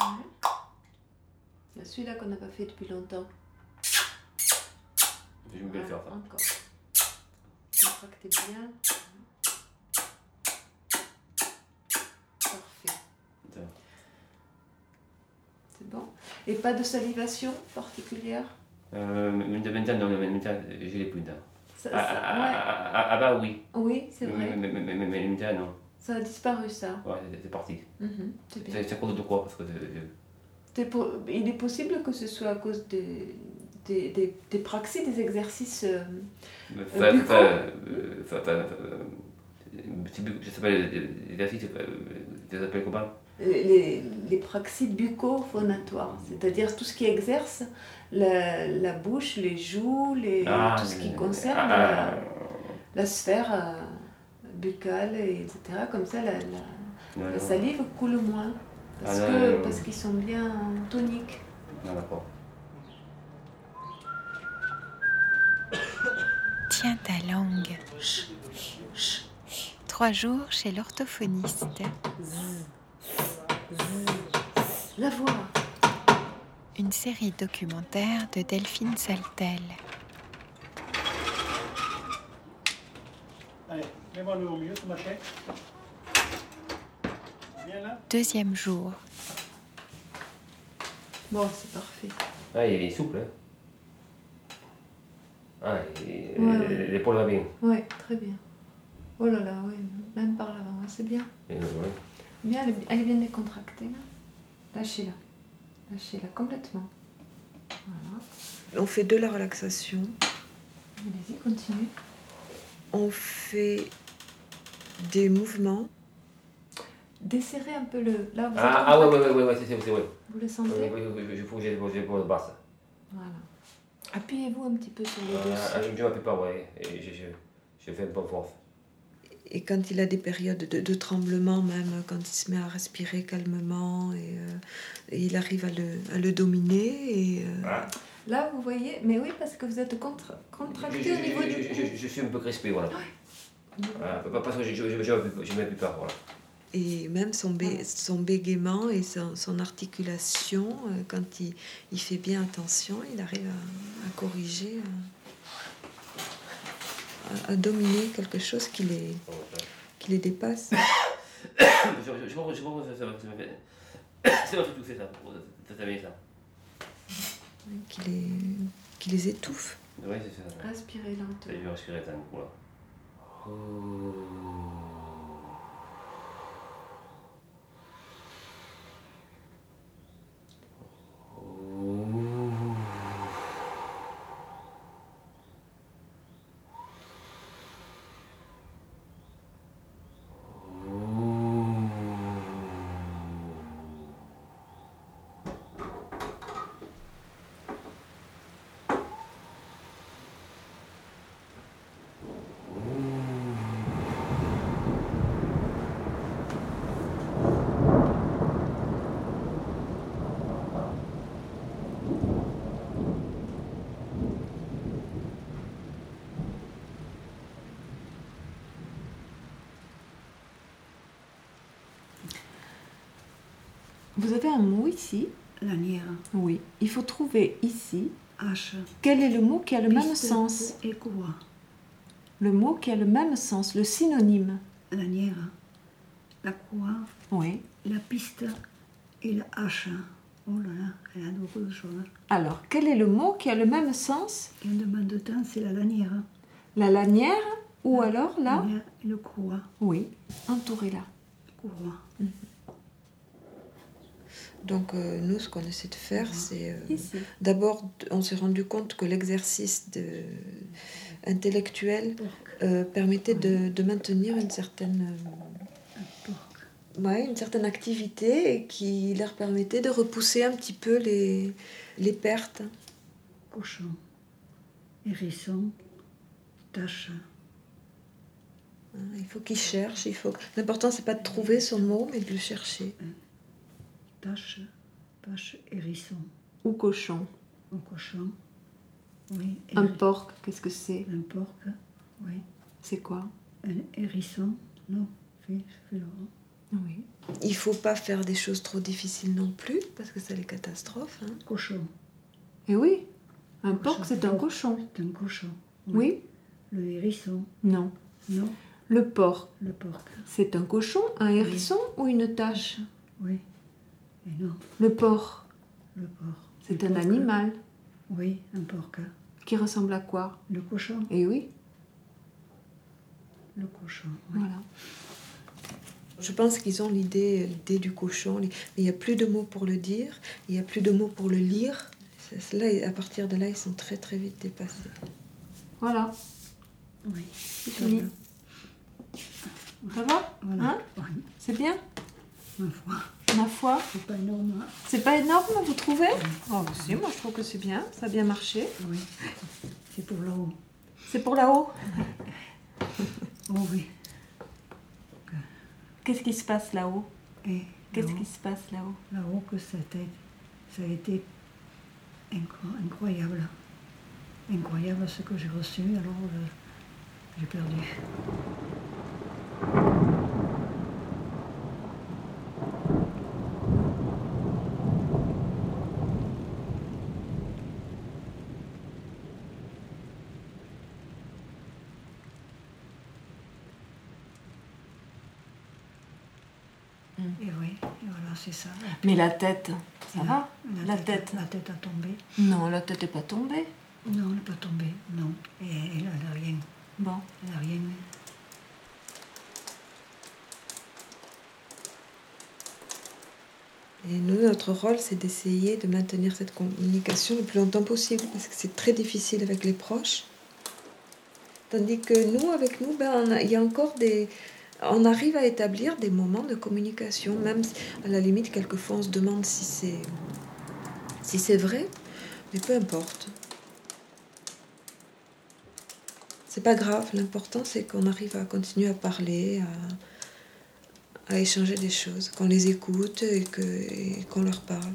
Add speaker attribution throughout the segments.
Speaker 1: Mm. Bah, Celui-là qu'on n'a pas fait depuis longtemps.
Speaker 2: Je vais me le faire.
Speaker 1: Ah,
Speaker 2: ça.
Speaker 1: Encore. Contractez bien. Parfait.
Speaker 2: Tiens.
Speaker 1: C'est bon. Et pas de salivation particulière
Speaker 2: Euh, mais de maintenant, non, mais maintenant, j'ai les pointes.
Speaker 1: Ça-
Speaker 2: Ah,
Speaker 1: ça-
Speaker 2: ah,
Speaker 1: ouais.
Speaker 2: ah, ah, ah, bah oui.
Speaker 1: Oui, c'est
Speaker 2: Mais-
Speaker 1: vrai.
Speaker 2: Mais mais- mais- mais maintenant, non.
Speaker 1: Ça a disparu, ça.
Speaker 2: Ouais, c'est- c'est parti.
Speaker 1: Mhm, c'est bien.
Speaker 2: C'est c'est à cause de quoi Parce que. euh,
Speaker 1: C'est pour- Il est possible que ce soit à cause de, des, des, des praxis, des exercices. euh,
Speaker 2: euh, ça-
Speaker 1: bucco
Speaker 2: ça- euh, ça- ça- euh, c'est bu- Je sais pas, les les exercices, euh, tu les appelles comment
Speaker 1: Euh, les, les praxis bucco-phonatoires, c'est-à-dire tout ce qui exerce la, la bouche, les joues, les,
Speaker 2: Ah,
Speaker 1: tout ce qui
Speaker 2: euh,
Speaker 1: concerne euh,
Speaker 2: ah,
Speaker 1: la,
Speaker 2: ah,
Speaker 1: la sphère euh, buccale, et etc. Comme ça, la, la-
Speaker 2: non, non.
Speaker 1: la salive coule moins. Parce
Speaker 2: Ah, non,
Speaker 1: que-
Speaker 2: non, non.
Speaker 1: parce qu'ils sont bien toniques.
Speaker 2: Non, d'accord.
Speaker 3: Tiens ta langue. Trois jours chez l'orthophoniste.
Speaker 1: La voix.
Speaker 3: Une série documentaire de Delphine Saltel.
Speaker 4: Allez, mets-moi le au milieu, tout machin. Bien là
Speaker 3: Deuxième jour.
Speaker 1: Bon, c'est parfait.
Speaker 2: Ah, il est souple, hein. Ah, il- euh,
Speaker 1: Ouais, ouais.
Speaker 2: l'épaule va bien.
Speaker 1: Ouais, très bien. Oh là là, ouais, même par l'avant, ouais, c'est bien.
Speaker 2: Et, euh, ouais.
Speaker 1: Bien, elle est, elle est bien décontractée. là. Lâchez-la. Lâchez-la complètement. Voilà.
Speaker 5: On fait de la relaxation,
Speaker 1: Allez-y, continue.
Speaker 5: on fait des mouvements.
Speaker 1: Desserrez un peu le. Là, vous,
Speaker 2: Ah,
Speaker 1: êtes
Speaker 2: ah ouais, ouais,
Speaker 1: contracté.
Speaker 2: ouais, ouais, ouais, c'est c'est- c'est vrai.
Speaker 1: vous le
Speaker 2: Oui,
Speaker 1: sentez
Speaker 2: oui, oui, oui, je faut que j'ai j'ai l'épaule basse.
Speaker 1: Voilà. Appuyez-vous un petit peu sur les
Speaker 2: Euh,
Speaker 1: deux.
Speaker 2: ah, je ne m'appuie pas, ouais. Et je, je, je fais un peu force.
Speaker 5: Et quand il a des périodes de, de tremblement, même quand il se met à respirer calmement, et, euh, et il arrive à le, à le dominer. Et, euh,
Speaker 2: Voilà.
Speaker 1: Là, vous voyez, mais oui, parce que vous êtes contra-
Speaker 2: Je,
Speaker 1: contracté
Speaker 2: je-
Speaker 1: au niveau
Speaker 2: je-
Speaker 1: du
Speaker 2: je-
Speaker 1: cou.
Speaker 2: je- je suis un peu crispé, voilà. Voilà, pas- pas parce que je, je, je, je m'appuie- je m'appuie pas, voilà.
Speaker 5: et même son, bé- son bégaiement et son, son articulation, euh, quand il, il fait bien attention, il arrive à, à corriger, à- à, à dominer quelque chose qui les, qui les dépasse. hein,
Speaker 2: Ah, Je je- je pense je pense que ça va ça va faire. Ça va faire tout fait, ça. Ça ça vient, ça.
Speaker 5: qui les, qui les étouffe.
Speaker 2: Oui, c'est ça.
Speaker 1: Respirez
Speaker 2: Ça, je
Speaker 1: lentement.
Speaker 2: vais respirer, ça, voilà. Oh. Oh.
Speaker 1: Vous avez un mot ici
Speaker 6: Lanière,
Speaker 1: Oui. Il faut trouver ici
Speaker 6: hache,
Speaker 1: quel est le mot qui a le même
Speaker 6: piste
Speaker 1: sens.
Speaker 6: et courroie.
Speaker 1: Le mot qui a le même sens, le synonyme.
Speaker 6: Lanière, la courroie,
Speaker 1: Oui.
Speaker 6: la piste et la hache. Oh là là, elle a beaucoup de choses.
Speaker 1: Alors, quel est le mot qui a le même sens
Speaker 6: Et on demande de temps, c'est la lanière.
Speaker 1: La lanière ou
Speaker 6: Ah.
Speaker 1: alors là
Speaker 6: Lanière et le courroie.
Speaker 1: Oui. Entourez-la.
Speaker 6: courroie.
Speaker 5: Donc euh, nous, ce qu'on essaie de faire, c'est euh,
Speaker 1: Ici.
Speaker 5: d'abord, d- on s'est rendu compte que l'exercice de- intellectuel euh, permettait de, de maintenir une certaine,
Speaker 6: Porc.
Speaker 5: euh, ouais, une certaine activité et qui leur permettait de repousser un petit peu les, les pertes. hein.
Speaker 6: Cochon. Hérisson. Tache.
Speaker 5: hein. Il faut qu'ils cherchent. Il faut. que- L'important, c'est pas de trouver son mot, mais de le chercher.
Speaker 6: Tache. Tache. Hérisson.
Speaker 1: Ou cochon.
Speaker 6: Un cochon. Oui.
Speaker 1: Un
Speaker 6: héri-
Speaker 1: porc, qu'est-ce que c'est
Speaker 6: Un porc. Oui.
Speaker 1: C'est quoi
Speaker 6: Un hérisson. Non. Fais, fais le
Speaker 5: Oui. Il faut pas faire des choses trop difficiles non plus, parce que ça les catastrophe. hein.
Speaker 6: Cochon,
Speaker 1: Et Eh oui, un
Speaker 6: Cochon.
Speaker 1: porc, c'est un cochon.
Speaker 6: c'est un cochon.
Speaker 1: Oui
Speaker 6: Le hérisson,
Speaker 1: Non.
Speaker 6: non,
Speaker 1: Le porc,
Speaker 6: le porc.
Speaker 1: c'est un cochon, un hérisson ou une tache
Speaker 6: Oui. Mais non,
Speaker 1: Le porc,
Speaker 6: le porc.
Speaker 1: c'est
Speaker 6: Le
Speaker 1: un
Speaker 6: porc.
Speaker 1: animal
Speaker 6: Oui, un porc. hein.
Speaker 1: qui ressemble à quoi
Speaker 6: Le cochon,
Speaker 1: Et oui,
Speaker 6: le cochon. oui.
Speaker 1: voilà.
Speaker 5: Je pense qu'ils ont l'idée euh, l'idée du cochon. les- Il n'y a plus de mots pour le dire, il n'y a plus de mots pour le lire. C'est- Là, à partir de là, ils sont très très vite dépassés.
Speaker 1: Voilà,
Speaker 6: Oui,
Speaker 1: c'est fini. Ça va
Speaker 6: Voilà.
Speaker 1: Hein C'est bien
Speaker 6: Ma foi,
Speaker 1: Ma foi,
Speaker 6: c'est pas énorme. hein.
Speaker 1: c'est pas énorme, vous trouvez Oh, si, moi je trouve que c'est bien, ça a bien marché.
Speaker 6: Oui, c'est pour là-haut.
Speaker 1: C'est pour là-haut
Speaker 6: Oh oui.
Speaker 1: Qu'est-ce qui se passe là-haut
Speaker 6: Et
Speaker 1: Qu'est-ce
Speaker 6: là-haut,
Speaker 1: qui se passe là-haut
Speaker 6: là-haut que ça a été, ça a été incro- incroyable. Incroyable ce que j'ai reçu, alors euh, j'ai perdu. Et oui, et voilà, c'est ça.
Speaker 1: Mais la tête, ça
Speaker 6: Et
Speaker 1: va Ah, la tête.
Speaker 6: La tête a tombé.
Speaker 1: Non, la tête n'est pas tombée.
Speaker 6: Non, elle n'est pas tombée, non. Et elle n'a rien,
Speaker 1: Bon.
Speaker 6: elle n'a rien.
Speaker 5: Et nous, notre rôle, c'est d'essayer de maintenir cette communication le plus longtemps possible, parce que c'est très difficile avec les proches. Tandis que nous, avec nous, ben, on a- il y a encore des... On arrive à établir des moments de communication, même si, à la limite, quelquefois, on se demande si c'est si c'est vrai, mais peu importe. C'est pas grave, l'important c'est qu'on arrive à continuer à parler, à, à échanger des choses, qu'on les écoute et que- et qu'on leur parle.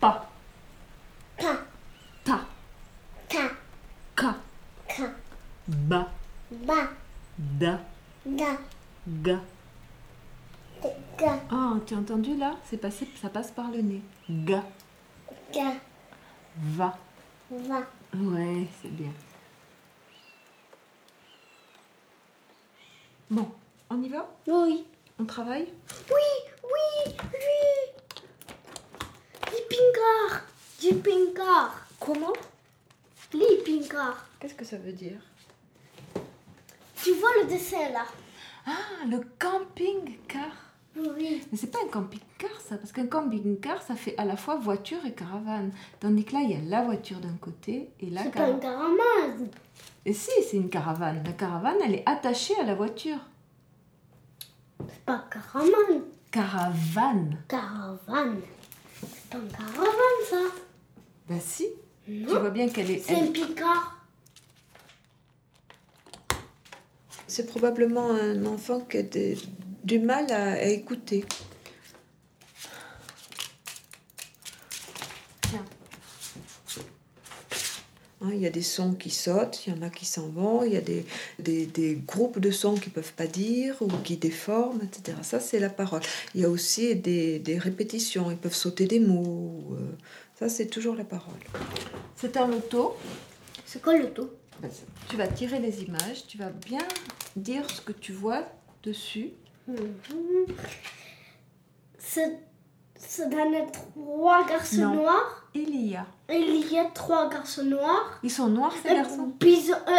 Speaker 1: Pas. Pas.
Speaker 7: Ka.
Speaker 1: Ka.
Speaker 7: Ka.
Speaker 1: Ba.
Speaker 7: Ba.
Speaker 1: Da.
Speaker 7: Da.
Speaker 1: Ga.
Speaker 7: Ga.
Speaker 1: Ah, tu as entendu là C'est passé, ça passe par le nez. Ga.
Speaker 7: Ga.
Speaker 1: Va.
Speaker 7: Va.
Speaker 1: Ouais, c'est bien. Bon, on y va
Speaker 7: Oui.
Speaker 1: On travaille
Speaker 7: Oui. Oui. Lipingar. Lipingar. Comment Lipingar.
Speaker 5: Qu'est-ce que ça veut dire
Speaker 7: Tu vois le dessin là
Speaker 1: Ah, le camping-car.
Speaker 7: Oui.
Speaker 1: Mais c'est pas un camping-car ça, parce qu'un camping-car ça fait à la fois voiture et caravane. Tandis que là, il y a la voiture d'un côté et la
Speaker 7: C'est pas un
Speaker 1: caravane.
Speaker 7: caramaz.
Speaker 1: Et si, c'est une caravane. La caravane, elle est attachée à la voiture.
Speaker 7: C'est pas un caramaz.
Speaker 1: Caravane
Speaker 7: Caravane. C'est pas un caravane ça.
Speaker 1: Ben si, tu
Speaker 7: Non.
Speaker 1: vois bien qu'elle est...
Speaker 7: C'est un picard.
Speaker 5: C'est probablement un enfant qui a des- du mal à, à écouter.
Speaker 1: Tiens.
Speaker 5: Hein, Il y a des sons qui sautent, il y en a qui s'en vont, il y a des, des- des groupes de sons qui peuvent pas dire ou qui déforment, etc. Ça, c'est la parole. Il y a aussi des, des répétitions, ils peuvent sauter des mots. euh, ça, c'est toujours la parole.
Speaker 1: C'est un loto.
Speaker 7: C'est quoi le tout
Speaker 1: Tu vas tirer les images, tu vas bien dire ce que tu vois dessus.
Speaker 7: Mhm. C'est. C'est dans les trois garçons
Speaker 1: Non.
Speaker 7: noirs.
Speaker 1: Il y a.
Speaker 7: Il y a trois garçons noirs.
Speaker 1: Ils sont noirs ces garçons
Speaker 7: Puis, euh,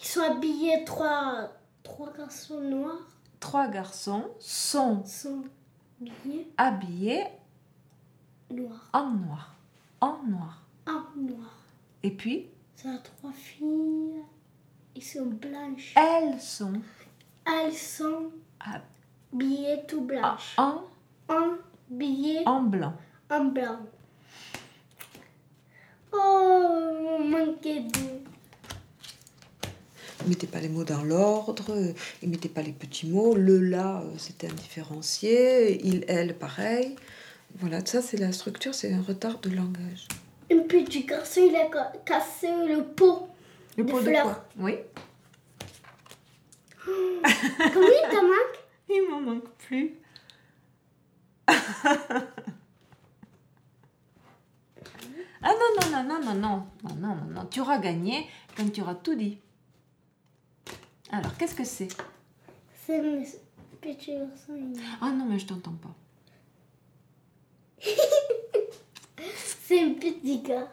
Speaker 7: ils sont habillés trois, trois garçons noirs.
Speaker 1: Trois garçons sont
Speaker 7: Ils sont habillés
Speaker 1: habillés
Speaker 7: noirs.
Speaker 1: en noir. En noir.
Speaker 7: Un noir.
Speaker 1: Et puis,
Speaker 7: Ça a trois filles. Ils sont blanches.
Speaker 1: elles sont
Speaker 7: Elles sont
Speaker 1: Ah.
Speaker 7: habillées tout blanches.
Speaker 1: en,
Speaker 7: Un billet
Speaker 1: en blanc.
Speaker 7: en blanc. Oh, on manquait de.
Speaker 5: Ils mettaient pas les mots dans l'ordre, euh, ils mettaient pas les petits mots. Le là, euh, c'était indifférencié. Il, elle, pareil. Voilà, ça c'est la structure, c'est un retard de langage.
Speaker 7: Et puis du garçon, il a ca- cassé le pot.
Speaker 1: Le
Speaker 7: Des
Speaker 1: pot de
Speaker 7: fleurs.
Speaker 1: quoi Oui.
Speaker 7: Comment il t'a manqué
Speaker 1: Il m'en manque plus. ah non, non, non, non, non, non, non, non, non, non, tu auras gagné quand tu auras tout dit. Alors, qu'est-ce que c'est
Speaker 7: C'est le petit garçon. il-
Speaker 1: Ah non, mais je t'entends pas.
Speaker 7: C'est un petit gars.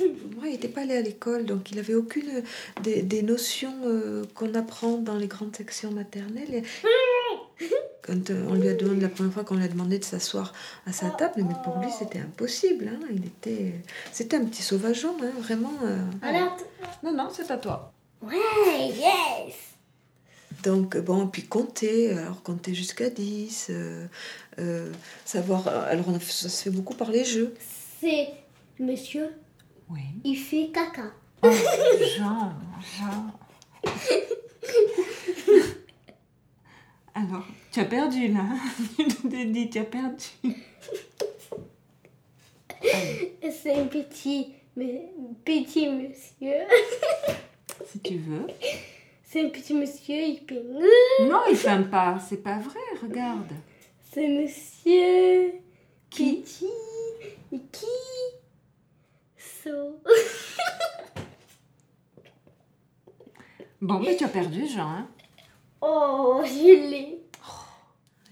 Speaker 5: Moi, il n'était pas allé à l'école, donc il n'avait aucune euh, des, des notions euh, qu'on apprend dans les grandes sections maternelles. Et Quand euh, on lui a demandé la première fois qu'on lui a demandé de s'asseoir à sa table, mais pour lui c'était impossible. hein. Il était, c'était un petit sauvageon, hein, vraiment. euh.
Speaker 7: Voilà.
Speaker 1: Non, non, c'est à toi.
Speaker 7: Ouais, yes
Speaker 5: Donc bon, puis compter, alors compter jusqu'à 10, euh, euh, savoir. Alors on a- ça se fait beaucoup par les jeux.
Speaker 7: C'est monsieur,
Speaker 1: Oui.
Speaker 7: il fait caca.
Speaker 1: Jean, Jean. Alors, tu as perdu là. Je t'ai dit, tu as perdu.
Speaker 7: Et C'est un petit, mais, petit monsieur.
Speaker 1: Si tu veux.
Speaker 7: C'est un petit monsieur, il fait...
Speaker 1: Non, il fait pas. C'est pas vrai, regarde.
Speaker 7: C'est monsieur...
Speaker 1: Qui
Speaker 7: Qui Qui So.
Speaker 1: Bon, mais tu as perdu, Jean. hein.
Speaker 7: Oh, je l'ai.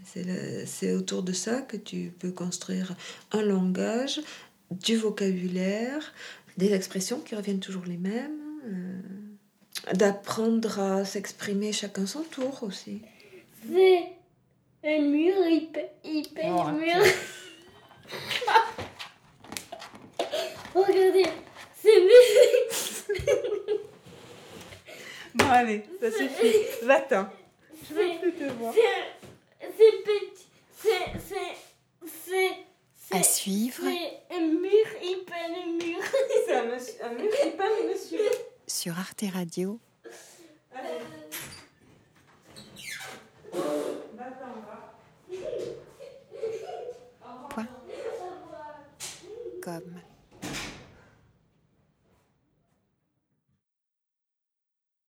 Speaker 5: C'est le- C'est autour de ça que tu peux construire un langage, du vocabulaire, des expressions qui reviennent toujours les mêmes, euh, d'apprendre à s'exprimer chacun son tour aussi.
Speaker 7: C'est un mur, il pe- il pèse
Speaker 4: Oh,
Speaker 7: le mur. Regardez, c'est monsieur.
Speaker 1: Bon, allez, ça suffit. Va-t'en.
Speaker 7: C'est
Speaker 1: plus te voir.
Speaker 7: c'est petit. C'est. C'est. C'est.
Speaker 1: Ah,
Speaker 3: À
Speaker 7: C'est.
Speaker 3: suivre
Speaker 7: C'est un mur, il pèse le mur.
Speaker 1: C'est un monsieur. Un monsieur, c'est pas un monsieur.
Speaker 3: sur Arte Radio. Quoi Comme